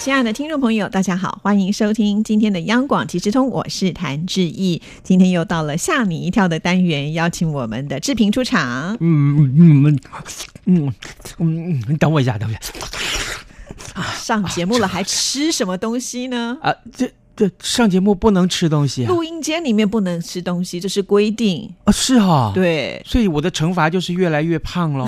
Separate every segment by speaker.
Speaker 1: 亲爱的听众朋友，大家好，欢迎收听今天的央广即时通，我是谭志毅。今天又到了吓你一跳的单元，邀请我们的志平出场。
Speaker 2: 嗯嗯嗯嗯嗯，等我一下，等我一下
Speaker 1: 上节目了还吃什么东西 呢？
Speaker 2: 啊！这这上节目不能吃东西啊
Speaker 1: 录音间里面不能吃东西，这是规定。
Speaker 2: 啊！是哈、哦，，
Speaker 1: 对，
Speaker 2: 所以我的惩罚就是越来越胖喽。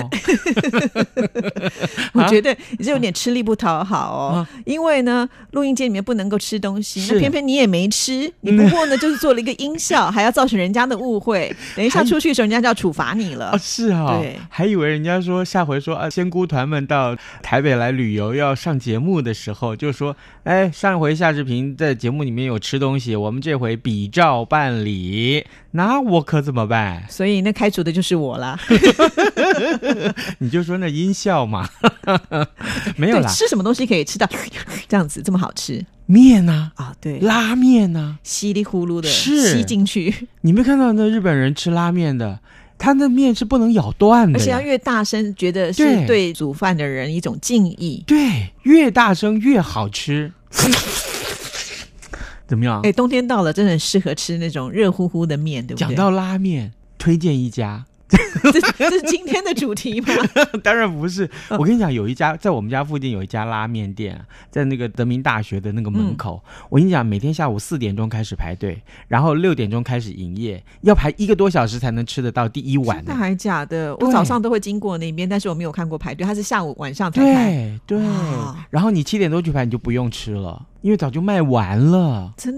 Speaker 1: 我觉得你这有点吃力不讨好哦，因为呢，录音间里面不能够吃东西，
Speaker 2: 啊是
Speaker 1: 那偏偏你也没吃，你不过 呢就是做了一个音效，还要造成人家的误会，等一下出去的时候人家就要处罚你了
Speaker 2: 啊，。是哈、
Speaker 1: 对
Speaker 2: 还以为人家说下回说啊，仙姑团们到台北来旅游要上节目的时候，就说，哎，上回夏志平在节目里面有吃东西，我们这回比照办理，那我可怎么办？
Speaker 1: 所以那开除的就是我啦。
Speaker 2: 你就说那音效嘛， 没有
Speaker 1: 对，
Speaker 2: 啦，
Speaker 1: 吃什么东西可以吃到 这样子这么好吃
Speaker 2: 面呐、
Speaker 1: 啊？对，
Speaker 2: 拉面呐、
Speaker 1: 稀里呼噜的
Speaker 2: 是
Speaker 1: 吸进去，
Speaker 2: 你没看到那日本人吃拉面的，他那面是不能咬断
Speaker 1: 而
Speaker 2: 的
Speaker 1: 且要
Speaker 2: 呀，
Speaker 1: 越大声，觉得是
Speaker 2: 对
Speaker 1: 对煮饭的人一种敬意。
Speaker 2: 对，越大声越好吃。 怎么样？
Speaker 1: 哎，冬天到了，真的很适合吃那种热乎乎的面，对不对？
Speaker 2: 讲到拉面，推荐一家，
Speaker 1: 这这是今天的主题吗？
Speaker 2: 当然不是。我跟你讲，有一家在我们家附近有一家拉面店啊，在那个德明大学的那个门口。我跟你讲，每天下午四点钟开始排队，然后六点钟开始营业，要排一个多小时才能吃得到第一碗
Speaker 1: 真的
Speaker 2: 呢。
Speaker 1: 还假的？我
Speaker 2: 对
Speaker 1: 早上都会经过那边，但是我没有看过排队，它是下午晚上才排。
Speaker 2: 对对
Speaker 1: 哇，
Speaker 2: 然后你七点多去排，你就不用吃了，因为早就卖完了。
Speaker 1: 真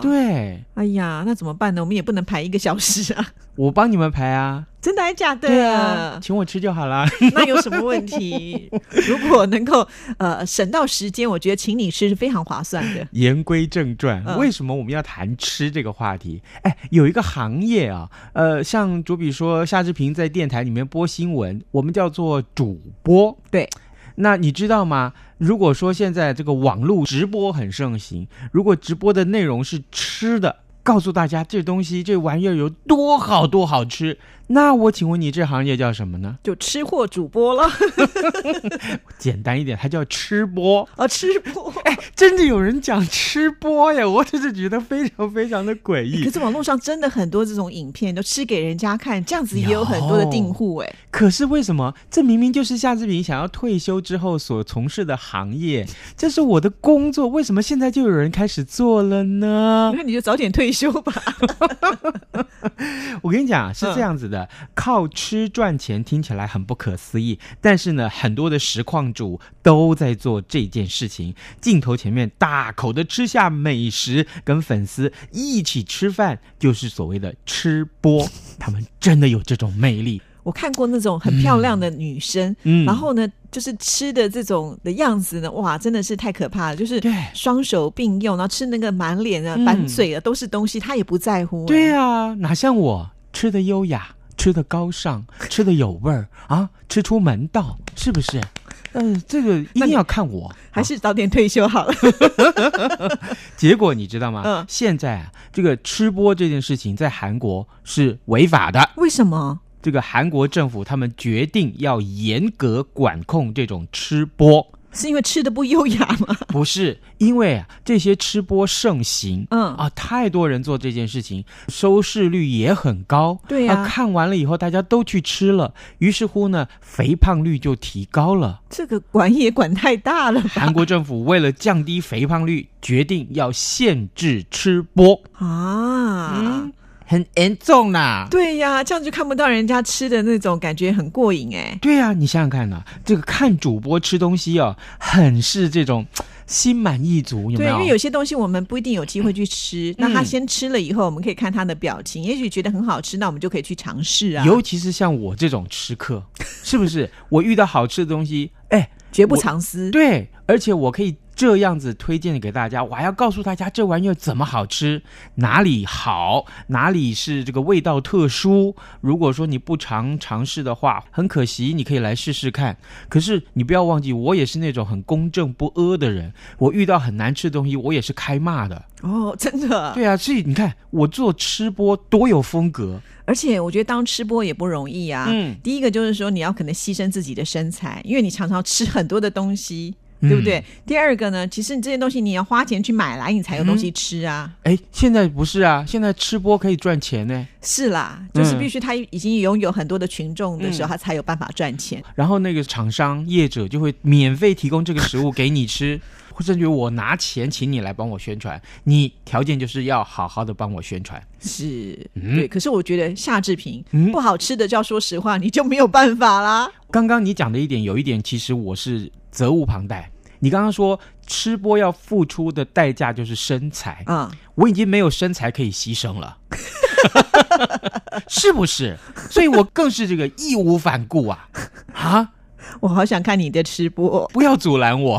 Speaker 1: 的，，
Speaker 2: 对，
Speaker 1: 哎呀，那怎么办呢？我们也不能排一个小时啊！
Speaker 2: 我帮你们排啊。
Speaker 1: 真的还假的？
Speaker 2: 啊，请我吃就好啦。
Speaker 1: 那有什么问题？如果能够呃省到时间，我觉得请你吃是非常划算的。
Speaker 2: 言归正传，
Speaker 1: 嗯
Speaker 2: 为什么我们要谈吃这个话题？哎，有一个行业啊，呃，像主比说夏志平在电台里面播新闻，我们叫做主播。
Speaker 1: 对，
Speaker 2: 那你知道吗？如果说现在这个网络直播很盛行，如果直播的内容是吃的。告诉大家这东西这玩意儿有多好多好吃，那我请问你这行业叫什么呢？
Speaker 1: 就吃货主播 了，
Speaker 2: 简单一点，它叫吃播。
Speaker 1: 啊，吃播。
Speaker 2: 真的有人讲吃播呀，我真是觉得非常非常的诡
Speaker 1: 可
Speaker 2: 异。
Speaker 1: 是网络上真的很多这种影片都吃给人家看，这样子也有很多的订户哎、
Speaker 2: 可是为什么？这明明就是夏志平想要退休之后所从事的行业，这是我的工作，为什么现在就有人开始做了呢
Speaker 1: 那？你就早点退休吧。
Speaker 2: 我跟你讲，是这样子的，靠吃赚钱听起来很不可思议，但是呢，很多的实况主都在做这件事情，镜头前面大口的吃下美食，跟粉丝一起吃饭，就是所谓的吃播，他们真的有这种魅力。
Speaker 1: 我看过那种很漂亮的女生，
Speaker 2: 嗯
Speaker 1: 然后呢，就是吃的这种的样子呢，哇，真的是太可怕了，就是
Speaker 2: 对
Speaker 1: 双手并用，然后吃那个满脸啊、
Speaker 2: 嗯
Speaker 1: 满嘴的都是东西，她也不在乎、
Speaker 2: 对
Speaker 1: 啊，
Speaker 2: 啊，哪像我吃的优雅，吃的高 尚，吃的有味儿啊，吃出门道，是不是？
Speaker 1: 呃
Speaker 2: 嗯、这个一定要看我，啊
Speaker 1: 还是早点退休好了。
Speaker 2: 结果你知道吗？
Speaker 1: 嗯
Speaker 2: 现在啊，这个吃播这件事情在韩国是违法的。
Speaker 1: 为什么？
Speaker 2: 这个韩国政府他们决定要严格管控这种吃播，
Speaker 1: 是因为吃的不优雅 吗？
Speaker 2: 不是因为啊这些吃播盛行。
Speaker 1: 嗯，
Speaker 2: 啊，太多人做这件事情，收视率也很高。啊
Speaker 1: 对呀
Speaker 2: 看完了以后大家都去吃了，于是乎呢，肥胖率就提 高了。
Speaker 1: 这个管也管太大了吧？
Speaker 2: 韩国政府为了降低肥胖率，决定要限制吃播。
Speaker 1: 啊，
Speaker 2: 嗯，很严重啦。
Speaker 1: 对呀，这样就看不到人家吃的那种感觉，很过瘾哎。
Speaker 2: 对呀、你想想看呐、这个看主播吃东西哦，很是这种嘖心满意足，有
Speaker 1: 对，
Speaker 2: 没嗯
Speaker 1: 因
Speaker 2: 有？
Speaker 1: 为有些东西我们不一定有机会去吃，那他先吃了以后，我们可以看他的表情，也许觉得很好吃，那我们就可以去尝试啊。
Speaker 2: 尤其是像我这种吃客， 是不是？我遇到好吃的东西，哎，
Speaker 1: 绝不藏私，
Speaker 2: 对，而且我可以这样子推荐给大家，我还要告诉大家这玩意儿怎么好吃，哪里好，哪里是这个味道特殊。如果说你不常尝试的话，很可惜，你可以来试试看。可是你不要忘记，我也是那种很公正不阿的人，我遇到很难吃的东西，我也是开骂的。
Speaker 1: 哦，真的。
Speaker 2: 对啊，所以你看我做吃播多有风格，
Speaker 1: 而且我觉得当吃播也不容易啊。
Speaker 2: 嗯
Speaker 1: 第一个就是说，你要可能牺牲自己的身材，因为你常常吃很多的东西，对不对？第二个呢，其实你这些东西你要花钱去买来，你才有东西吃啊。
Speaker 2: 哎，现在不是啊，现在吃播可以赚钱呢。
Speaker 1: 是啦，就是
Speaker 2: 嗯
Speaker 1: 必须他已经拥有很多的群众的时候，
Speaker 2: 嗯
Speaker 1: 他才有办法赚钱。
Speaker 2: 然后那个厂商业者就会免费提供这个食物给你吃，或甚至于我拿钱请你来帮我宣传，你条件就是要好好的帮我宣传。
Speaker 1: 是，
Speaker 2: 嗯
Speaker 1: 对。可是我觉得夏志平、
Speaker 2: 嗯
Speaker 1: 不好吃的，就要说实话，你就没有办法啦。
Speaker 2: 刚刚你讲的一点，有一点其实我是责无旁贷。你刚刚说吃播要付出的代价就是身材，
Speaker 1: 啊、
Speaker 2: 我已经没有身材可以牺牲了， 是不是？所以我更是这个义无反顾啊啊！
Speaker 1: 我好想看你的吃播。
Speaker 2: 不要阻 拦我，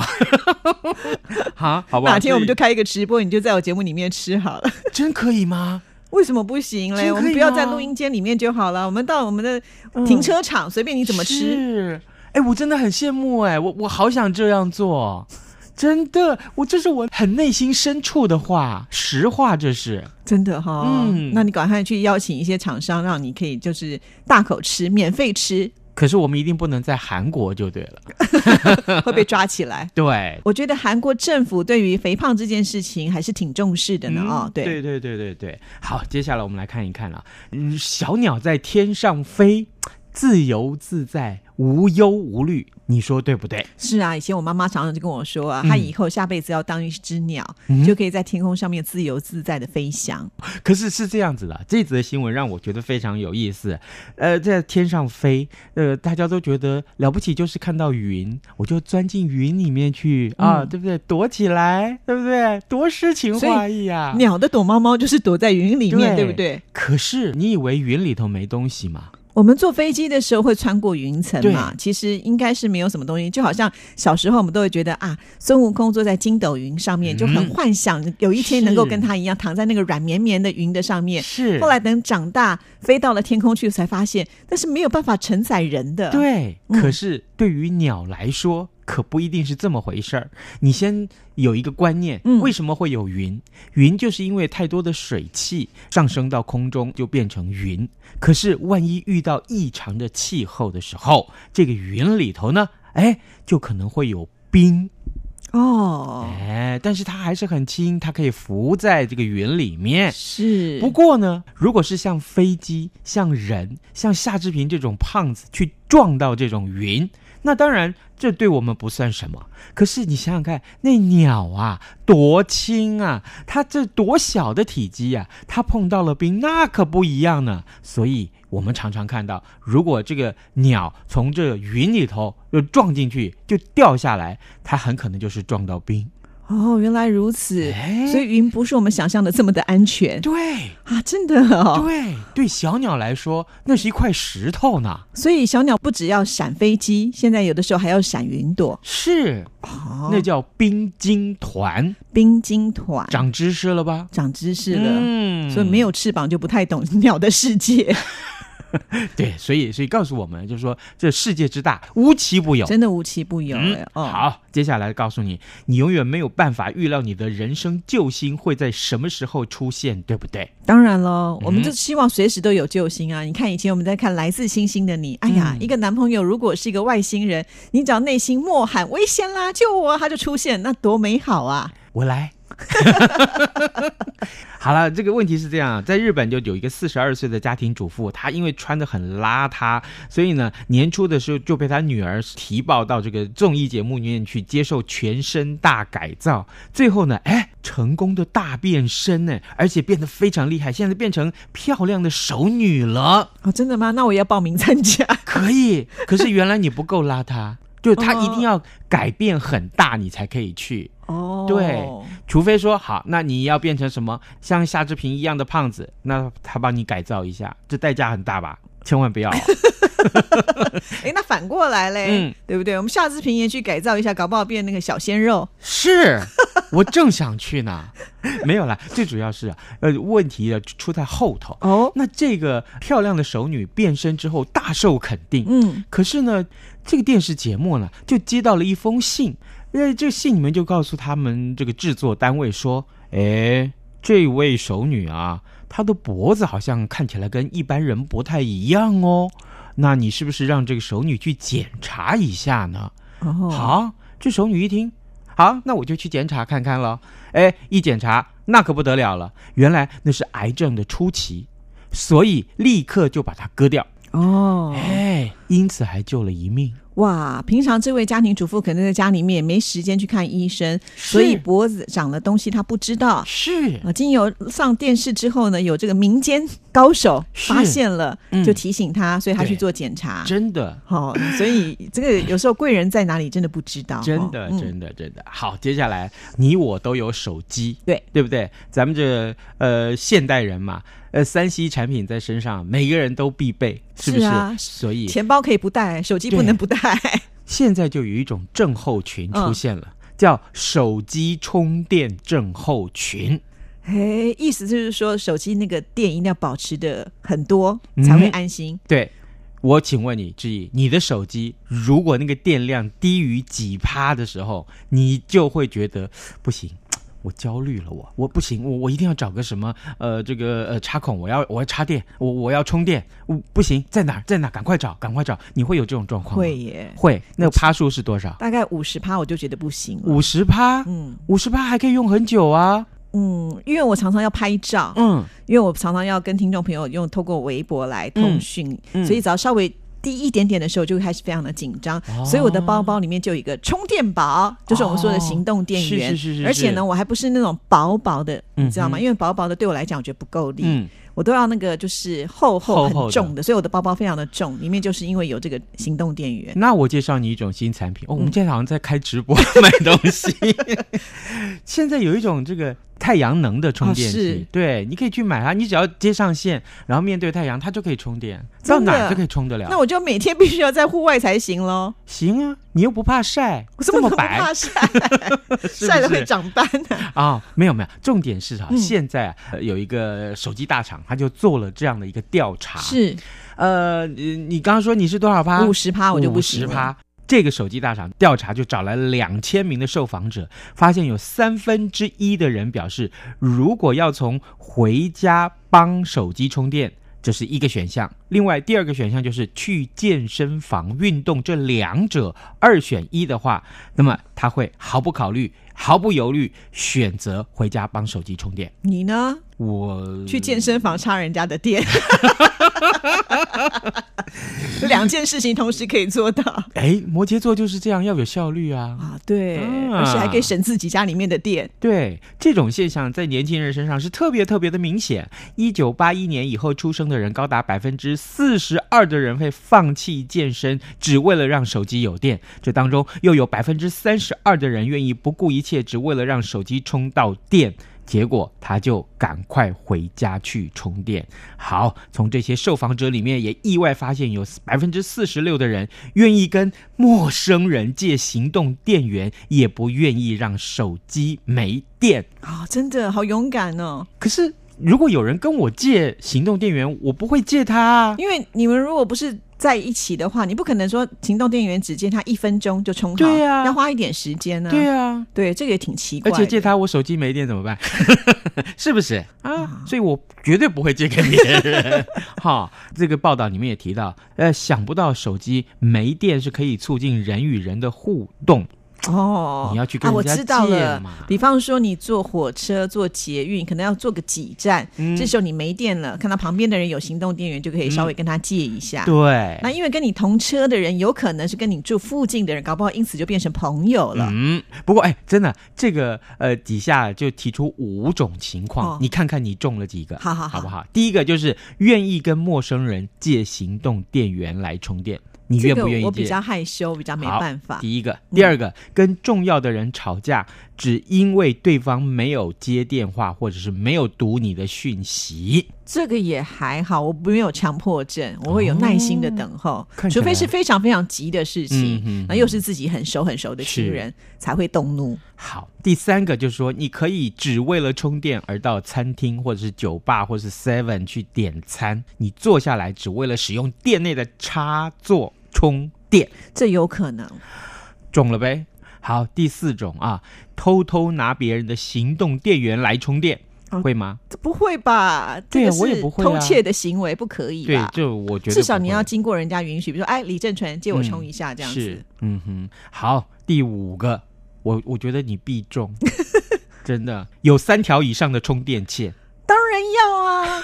Speaker 2: 哈，好不好？
Speaker 1: 哪天我们就
Speaker 2: 所
Speaker 1: 开一个直播，你就在我节目里面吃好了。
Speaker 2: 以真可以吗？
Speaker 1: 为什么不行嘞？
Speaker 2: 真可以吗
Speaker 1: 我们不要在录音间里面就好了，我们到我们的停车场，随便你怎么吃。
Speaker 2: 嗯是，哎，我真的很羡慕哎，我我好想这样做，真的，我这是我很内心深处的话，实话这是。
Speaker 1: 真的哈、
Speaker 2: 嗯
Speaker 1: 那你赶快去邀请一些厂商，让你可以就是大口吃，免费 吃，
Speaker 2: 可是我们一定不能在韩国就对了，。
Speaker 1: 会被抓起来
Speaker 2: 对，
Speaker 1: 我觉得韩国政府对于肥胖这件事情还是挺重视的呢
Speaker 2: 嗯
Speaker 1: 啊、对，
Speaker 2: 对对对对对，好，接下来我们来看一看了、嗯，小鸟在天上飞，自由自在，无忧无虑，你说对不对？
Speaker 1: 是啊，以前我妈妈常常就跟我说啊，
Speaker 2: 嗯
Speaker 1: 她以后下辈子要当一只鸟，就可以在天空上面自由自在的飞翔。
Speaker 2: 可是是这样子的，这则新闻让我觉得非常有意思。呃，在天上飞，呃，大家都觉得了不起，就是看到云，我就钻进云里面去啊，
Speaker 1: 嗯
Speaker 2: 对不对？躲起来，对不对？多诗情画意啊！
Speaker 1: 鸟的躲猫猫就是躲在云里面，
Speaker 2: 对
Speaker 1: 对不对？
Speaker 2: 可是你以为云里头没东西吗？
Speaker 1: 我们坐飞机的时候会穿过云层嘛，
Speaker 2: 对
Speaker 1: 其实应该是没有什么东西，就好像小时候我们都会觉得啊，孙悟空坐在筋斗云上面，
Speaker 2: 嗯
Speaker 1: 就很幻想有一天
Speaker 2: 是
Speaker 1: 能够跟他一样躺在那个软绵绵的云的上面。
Speaker 2: 是
Speaker 1: 后来等长大飞到了天空去，才发现那是没有办法承载人的。，
Speaker 2: 对，
Speaker 1: 嗯
Speaker 2: 可是对于鸟来说，可不一定是这么回事儿。你先有一个观念，
Speaker 1: 嗯
Speaker 2: 为什么会有云？云就是因为太多的水汽上升到空中就变成云。可是万一遇到异常的气候的时候，这个云里头呢，哎，就可能会有冰。
Speaker 1: 哦，
Speaker 2: 哎，但是它还是很轻，它可以浮在这个云里面。
Speaker 1: 是
Speaker 2: 哎不过呢，如果是像飞机、像人、像夏志平这种胖子去撞到这种云，那当然这对我们不算什么。可是你想想看，那鸟啊，多轻啊，它这多小的体积啊，它碰到了冰，那可不一样呢。所以我们常常看到，如果这个鸟从这云里头就撞进去，就掉下来，它很可能就是撞到冰。
Speaker 1: 哦，原来如此，
Speaker 2: 哎
Speaker 1: 所以云不是我们想象的这么的安全
Speaker 2: 对。
Speaker 1: 啊，真的哦。
Speaker 2: 对，对小鸟来说，那是一块石头呢。
Speaker 1: 所以小鸟不只要闪飞机，现在有的时候还要闪云朵，
Speaker 2: 是，
Speaker 1: 哦
Speaker 2: 那叫冰晶团。
Speaker 1: 冰晶团。
Speaker 2: 长知识了吧？
Speaker 1: 长知识了。啊
Speaker 2: 嗯
Speaker 1: 所以没有翅膀就不太懂鸟的世界，
Speaker 2: 对，所以所以告诉我们，就是说这世界之大，无奇不有。
Speaker 1: 真的无奇不有、哎
Speaker 2: 嗯，
Speaker 1: 哦，，
Speaker 2: 好，接下来告诉你，你永远没有办法预料你的人生救星会在什么时候出现，对不对？
Speaker 1: 当然喽，我们
Speaker 2: 嗯
Speaker 1: 就希望随时都有救星啊！你看以前我们在看《来自星星的你》，哎呀，
Speaker 2: 嗯
Speaker 1: 一个男朋友如果是一个外星人，你只要内心默喊“危险啦，救我啊”，他就出现，那多美好啊！
Speaker 2: 我来。好了，这个问题是这样，在日本就有一个四十二岁的家庭主妇，她因为穿的很邋遢，所以呢，年初的时候就被她女儿提报到这个综艺节目里面去接受全身大改造，最后呢，哎，成功的大变身呢，而且变得非常厉害，现在变成漂亮的熟女了，
Speaker 1: 哦，真的吗？那我也要报名参 加。
Speaker 2: 可以。可是原来你不够邋遢，就她一定要改变很大，你才可以去。
Speaker 1: 哦，
Speaker 2: 对除非说好，那你要变成什么像夏志平一样的胖子，那他帮你改造一下，这代价很大吧？千万不要。啊
Speaker 1: 哎，那反过来嘞，
Speaker 2: 嗯
Speaker 1: 对不对？我们夏志平也去改造一下，搞不好变那个小鲜肉。
Speaker 2: 是我正想去 呢，没有啦，最主要是啊呃，问题的出在后头。
Speaker 1: 哦，
Speaker 2: 那这个漂亮的熟女变身之后大受肯定，
Speaker 1: 嗯，
Speaker 2: 可是呢，这个电视节目呢就接到了一封信，那这信里面就告诉他们这个制作单位说，哎，这位熟女啊，她的脖子好像看起来跟一般人不太一样哦，那你是不是让这个熟女去检查一下呢？
Speaker 1: 哦，
Speaker 2: 好，这熟女一听，好，那我就去检查看看了。哎，一检查，那可不得了了，原来那是癌症的初期，所以立刻就把它割掉。
Speaker 1: 哦，
Speaker 2: 哎，因此还救了一命。
Speaker 1: 哇！平常这位家庭主妇可能在家里面也没时间去看医生，所以脖子长了东西她不知道。
Speaker 2: 是
Speaker 1: 啊，经由上电视之后呢，有这个民间高手
Speaker 2: 是
Speaker 1: 发现了，
Speaker 2: 嗯
Speaker 1: 就提醒她，所以她去
Speaker 2: 对
Speaker 1: 做检查。
Speaker 2: 真的。
Speaker 1: 好、所以这个有时候贵人在哪里真的不知道，
Speaker 2: 真的，
Speaker 1: 哦嗯、
Speaker 2: 真的，真的好。接下来，你我都有手机，
Speaker 1: 对
Speaker 2: 对不对？咱们这呃现代人嘛，呃三 C 产品在身上，每个人都必备，是不
Speaker 1: 是
Speaker 2: 是？
Speaker 1: 啊
Speaker 2: 所以
Speaker 1: 钱包可以不带，手机
Speaker 2: 对
Speaker 1: 不能不带。
Speaker 2: 现在就有一种症候群出
Speaker 1: 嗯
Speaker 2: 现了，叫手机充电症候群。
Speaker 1: 哎，意思就是说，手机那个电一定要保持的很多，才会
Speaker 2: 嗯
Speaker 1: 安心。
Speaker 2: 对，我请问你，志毅，你的手机如果那个电量低于几趴的时候，你就会觉得不行。我焦虑了我，我不行，我我一定要找个什么呃，这个呃插孔，我要我要插电，我我要充电，我不行，在哪儿在哪儿，赶快找赶快找，你会有这种状况吗？
Speaker 1: 会耶，
Speaker 2: 会，那个趴数是多少？
Speaker 1: 大概五十趴我就觉得不行了。
Speaker 2: 五十趴，
Speaker 1: 嗯
Speaker 2: 五十趴还可以用很久啊。
Speaker 1: 嗯，因为我常常要拍照，
Speaker 2: 嗯，
Speaker 1: 因为我常常要跟听众朋友用透过微博来通讯，
Speaker 2: 嗯嗯
Speaker 1: 所以只要稍微。低一点点的时候就开始非常的紧张，
Speaker 2: 哦
Speaker 1: 所以我的包包里面就有一个充电宝，就是我们说的行动电源。
Speaker 2: 是是是是是
Speaker 1: 而且呢，我还不是那种薄薄的，
Speaker 2: 嗯
Speaker 1: 你知道吗？因为薄薄的对我来讲，我觉得不够力，
Speaker 2: 嗯，
Speaker 1: 我都要那个就是厚厚
Speaker 2: 厚厚
Speaker 1: 很
Speaker 2: 的
Speaker 1: 重的，所以我的包包非常的重，里面就是因为有这个行动电源。
Speaker 2: 那我介绍你一种新产
Speaker 1: 嗯
Speaker 2: 品哦，我们现在好像在开直播 卖东西。现在有一种这个太阳能的充电
Speaker 1: 哦是
Speaker 2: 器，对，你可以去买它，啊你只要接上线，然后面对太阳，它就可以充电，到
Speaker 1: 真的
Speaker 2: 哪儿都可以充得了
Speaker 1: 那。我就每天必须要在户外才行喽。
Speaker 2: 行啊，你又不怕晒，
Speaker 1: 我
Speaker 2: 这
Speaker 1: 么
Speaker 2: 么
Speaker 1: 能
Speaker 2: 白
Speaker 1: 怕 晒，
Speaker 2: 是不
Speaker 1: 晒了会
Speaker 2: 是
Speaker 1: 长斑呢、
Speaker 2: 啊、没有没有，重点是啊，
Speaker 1: 嗯
Speaker 2: 现在啊、呃有一个手机大厂，它就做了这样的一个调查。
Speaker 1: 是
Speaker 2: 呃，你你刚刚说你是多少趴？
Speaker 1: 五十啊趴我就不行
Speaker 2: 十
Speaker 1: 了。
Speaker 2: 趴。这个手机大厂调查就找来了两千名的受访者，发现有三分之一的人表示，如果要从回家帮手机充电，这是一个选项；另外第二个选项就是去健身房运动，这两者二选一的话，那么他会毫不考虑、毫不犹豫选择回家帮手机充电。
Speaker 1: 你呢？
Speaker 2: 我
Speaker 1: 去健身房插人家的 电，两件事情同时可以做到
Speaker 2: 哎，摩羯座就是这样，要有效率啊。
Speaker 1: 啊！对，
Speaker 2: 啊
Speaker 1: 而且还可以省自己家里面的电。
Speaker 2: 对这种现象，在年轻人身上是特别特别的明显。一九八一年以后出生的人，高达百分之四十二的人会放弃健身，只为了让手机有电。这当中又有百分之三十二的人愿意不顾一切，只为了让手机充到电。结果他就赶快回家去充电。好，从这些受访者里面也意外发现有百分之四十六的人愿意跟陌生人借行动电源，也不愿意让手机没电。
Speaker 1: 啊、真的好勇敢哦！
Speaker 2: 可是如果有人跟我借行动电源，我不会借他啊。
Speaker 1: 因为你们如果不是在一起的话，你不可能说行动电源只借他一分钟就充好，
Speaker 2: 对啊
Speaker 1: 要花一点时间呢、
Speaker 2: 对啊，
Speaker 1: 对，这个也挺奇怪
Speaker 2: 而
Speaker 1: 的。
Speaker 2: 且借他我手机没电怎 么办？是不是啊？所以我绝对不会借给别 人。哈，这个报道里面也提到，呃，想不到手机没电是可以促进人与人的互动。
Speaker 1: 哦，
Speaker 2: 你要去跟
Speaker 1: 啊、我
Speaker 2: 人家
Speaker 1: 知道
Speaker 2: 借
Speaker 1: 了
Speaker 2: 嘛。
Speaker 1: 比方说，你坐火车、坐捷运，可能要坐个几站，这时候你没电了，看到旁边的人有行动电源，就可以稍微跟他借一下。
Speaker 2: 对，
Speaker 1: 啊那因为跟你同车的人，有可能是跟你住附近的人，搞不好因此就变成朋友了。
Speaker 2: 嗯，不过哎，真的这个呃底下就提出五种情况，
Speaker 1: 哦
Speaker 2: 你看看你中了几个？
Speaker 1: 好好好
Speaker 2: 好不好？第一个就是愿意跟陌生人借行动电源来充电，你愿不愿
Speaker 1: 这个
Speaker 2: 意戒？
Speaker 1: 我比较害羞，比较没
Speaker 2: 好
Speaker 1: 办法。
Speaker 2: 第一个，第二个，跟重要的人吵架，只因为对方没有接电话或者是没有读你的讯息。
Speaker 1: 这个也还好，我没有强迫症，我会有耐心的等候，
Speaker 2: 哦看起
Speaker 1: 除
Speaker 2: 来
Speaker 1: 非是非常非常急的事情，
Speaker 2: 嗯嗯嗯
Speaker 1: 那、又是自己很熟很熟的亲人才会动怒。
Speaker 2: 好，第三个就是说，你可以只为了充电而到餐厅或者是酒吧或者是 Seven 去点餐，你坐下来只为了使用店内的插座充电，
Speaker 1: 这有可能，
Speaker 2: 中了呗。好，第四种啊，偷偷拿别人的行动电源来充电，
Speaker 1: 哦
Speaker 2: 会吗？
Speaker 1: 这不会吧？
Speaker 2: 对
Speaker 1: 这
Speaker 2: 啊
Speaker 1: 个
Speaker 2: 我也
Speaker 1: 是
Speaker 2: 不会
Speaker 1: 偷
Speaker 2: 啊
Speaker 1: 窃的行为，不可以
Speaker 2: 对
Speaker 1: 吧，？
Speaker 2: 就我觉得
Speaker 1: 至少你
Speaker 2: 不会
Speaker 1: 要经过人家允许，比如说，哎，李正纯借我充一下，这样子
Speaker 2: 是。，嗯哼，好，第五个，我我觉得你必中， 真的有三条以上的充电 线，
Speaker 1: 当然要 啊，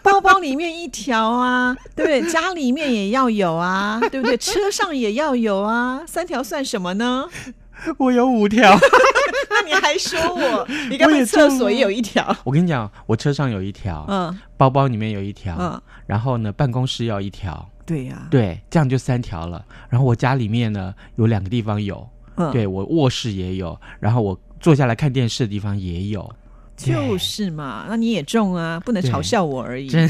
Speaker 1: 包包里面一条啊，对不对？家里面也要有啊，对不对？车上也要有啊，三条算什么呢？
Speaker 2: 我有五条。
Speaker 1: 那你还说我？你刚才
Speaker 2: 啊
Speaker 1: 厕所也有一条，
Speaker 2: 我跟你讲，我车上有一条，
Speaker 1: 嗯
Speaker 2: 包包里面有一条，
Speaker 1: 嗯，
Speaker 2: 然后呢，办公室要一条，
Speaker 1: 对呀、
Speaker 2: 对，这样就三条了。然后我家里面呢有两个地方有，
Speaker 1: 嗯，
Speaker 2: 对我卧室也有，然后我坐下来看电视的地方也有。
Speaker 1: 就是嘛，那你也中啊，不能
Speaker 2: 对
Speaker 1: 嘲笑我而已。
Speaker 2: 真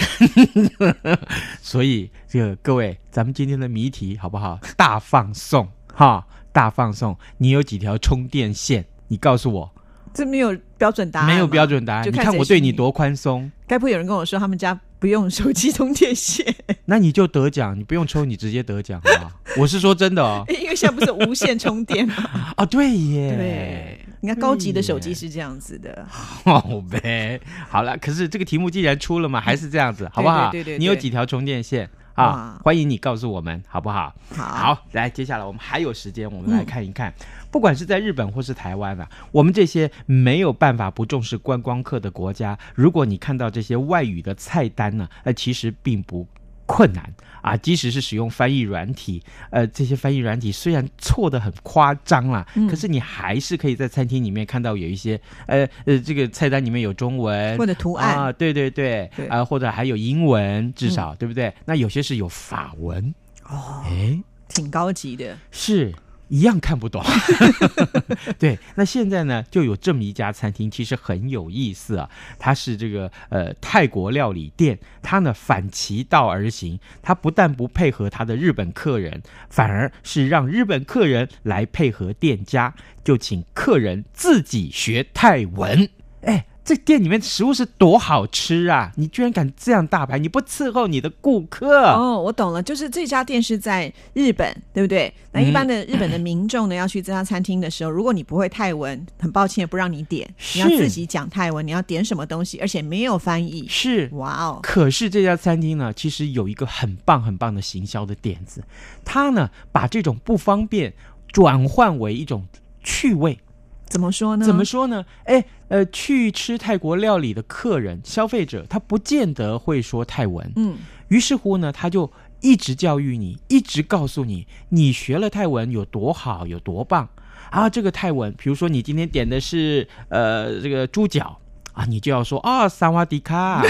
Speaker 2: 所以这个各位，咱们今天的谜题好不好？大放送哈，大放送！你有几条充电线？你告诉我，
Speaker 1: 这没有标准答案，
Speaker 2: 没有标。准答案。
Speaker 1: 就
Speaker 2: 你
Speaker 1: 看
Speaker 2: 看
Speaker 1: 谁
Speaker 2: 我对
Speaker 1: 幸
Speaker 2: 你
Speaker 1: 运
Speaker 2: 多宽松，
Speaker 1: 该不会有人跟我说他们家不用手机充电线？
Speaker 2: 那你就得奖，你不用抽，你直接得奖好不好我是说真 的哦。
Speaker 1: 因为现在不是有无线充电吗？
Speaker 2: 哦， 对耶，
Speaker 1: 对，你看高级的手机是这样子的。
Speaker 2: 好呗。好了，可是这个题目既然出了嘛，还是这样子，好不好？
Speaker 1: 对对对对
Speaker 2: 你有几条充电线啊
Speaker 1: 哇？
Speaker 2: 欢迎你告诉我们，好不好？
Speaker 1: 好，嗯
Speaker 2: 好，来，接下来我们还有时间，我们来看一看，不管是在日本或是台湾啊，我们这些没有办法不重视观光客的国家，如果你看到这些外语的菜单呢，呃，其实并不。困难啊！即使是使用翻译软体，呃，这些翻译软体虽然错的很夸张啦，
Speaker 1: 嗯
Speaker 2: 可是你还是可以在餐厅里面看到有一些，呃呃，这个菜单里面有中文
Speaker 1: 或者图案
Speaker 2: 啊，对对对，
Speaker 1: 对嗯
Speaker 2: 啊、或者还有英文，至少、对不对？那有些是有法文哦，哎，
Speaker 1: 挺高级的。
Speaker 2: 是一样看不懂。对，那现在呢，就有这么一家餐厅，其实很有意思啊。它是这个呃泰国料理店，它呢反其道而行，它不但不配合它的日本客人，反而是让日本客人来配合店家，就请客人自己学泰文。哎。这店里面食物是多好吃啊！你居然敢这样大牌，你不伺候你的顾客，
Speaker 1: 哦，我懂了，就是这家店是在日本，对不对？那一般的日本的民众呢，要去这家餐厅的时候，如果你不会泰文，很抱歉不让你点，你要
Speaker 2: 是
Speaker 1: 自己讲泰文，你要点什么东西，而且没有翻译。
Speaker 2: 是
Speaker 1: 哇哦，
Speaker 2: 可是这家餐厅呢，其实有一个很棒很棒的行销的点子，它呢把这种不方便转换为一种趣味。
Speaker 1: 怎么说呢？
Speaker 2: 怎么说呢？哎，呃，去吃泰国料理的客人、消费者，他不见得会说泰文，
Speaker 1: 嗯，
Speaker 2: 于是乎呢，他就一直教育你，一直告诉你，你学了泰文有多好，有多棒啊！这个泰文，比如说你今天点的是呃这个猪脚啊，你就要说啊萨瓦迪卡。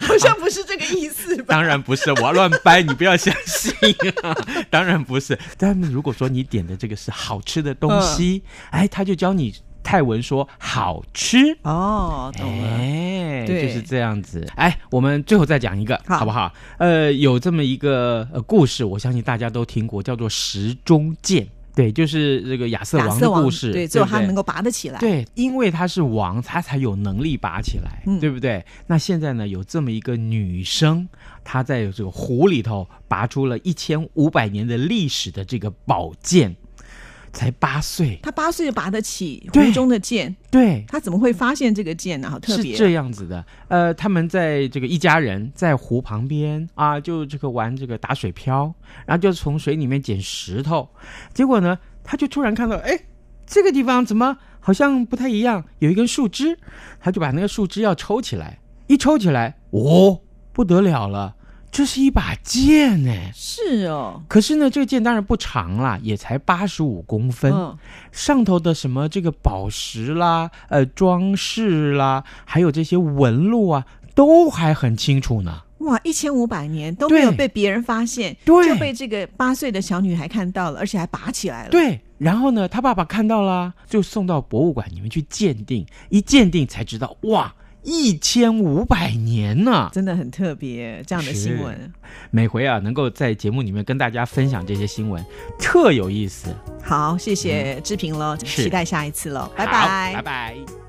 Speaker 1: 好像不是这个意思 吧？
Speaker 2: 当然不是，我要乱掰，你不要相信啊！当然不是。 但如果说你点的这个是好吃的东西，
Speaker 1: 嗯
Speaker 2: 哎，他就教你泰文说好吃。
Speaker 1: 哦，懂了。
Speaker 2: 啊哎，
Speaker 1: 对
Speaker 2: 就是这样子。哎，我们最后再讲一个，
Speaker 1: 好
Speaker 2: 好不好？呃，有这么一个呃故事，我相信大家都听过，叫做《石中剑》。对，就是这个亚瑟
Speaker 1: 亚
Speaker 2: 王
Speaker 1: 瑟
Speaker 2: 的
Speaker 1: 王
Speaker 2: 故事。
Speaker 1: 对，只有
Speaker 2: 不
Speaker 1: 他能够拔得起来。
Speaker 2: 对，因为他是王，他才有能力拔起来，
Speaker 1: 嗯
Speaker 2: 对不对？那现在呢，有这么一个女生，她在这个湖里头拔出了一千五百年的历史的这个宝剑，才八岁，
Speaker 1: 他八岁就拔得起
Speaker 2: 对
Speaker 1: 湖中的剑，
Speaker 2: 对，
Speaker 1: 他怎么会发现这个剑呢？好特
Speaker 2: 是
Speaker 1: 别。
Speaker 2: 这样子的，呃，他们在这个一家人在湖旁边啊，就这个玩这个打水漂，然后就从水里面捡石头，结果呢，他就突然看到，哎，这个地方怎么好像不太一样，有一根树枝，他就把那个树枝要抽起来，一抽起来，哦，不得了了，这是一把剑哎。
Speaker 1: 是哦，
Speaker 2: 可是呢，这个剑当然不长啦，也才八十五公分，
Speaker 1: 嗯，
Speaker 2: 上头的什么这个宝石啦、呃装饰啦，还有这些纹路啊，都还很清楚呢。
Speaker 1: 哇，一千五百年都没有
Speaker 2: 对
Speaker 1: 被别人发现，
Speaker 2: 对
Speaker 1: 就被这个八岁的小女孩看到了，而且还拔起来了。，
Speaker 2: 对，然后呢，他爸爸看到啦，就送到博物馆里面去鉴定，一鉴定才知道，哇，一千五百年呢、
Speaker 1: 真的很特别这样的新闻。
Speaker 2: 每回啊，能够在节目里面跟大家分享这些新闻，特有意思。
Speaker 1: 好，谢谢志平喽，
Speaker 2: 嗯是
Speaker 1: 期待下一次喽，拜
Speaker 2: 好
Speaker 1: 拜
Speaker 2: 拜。拜。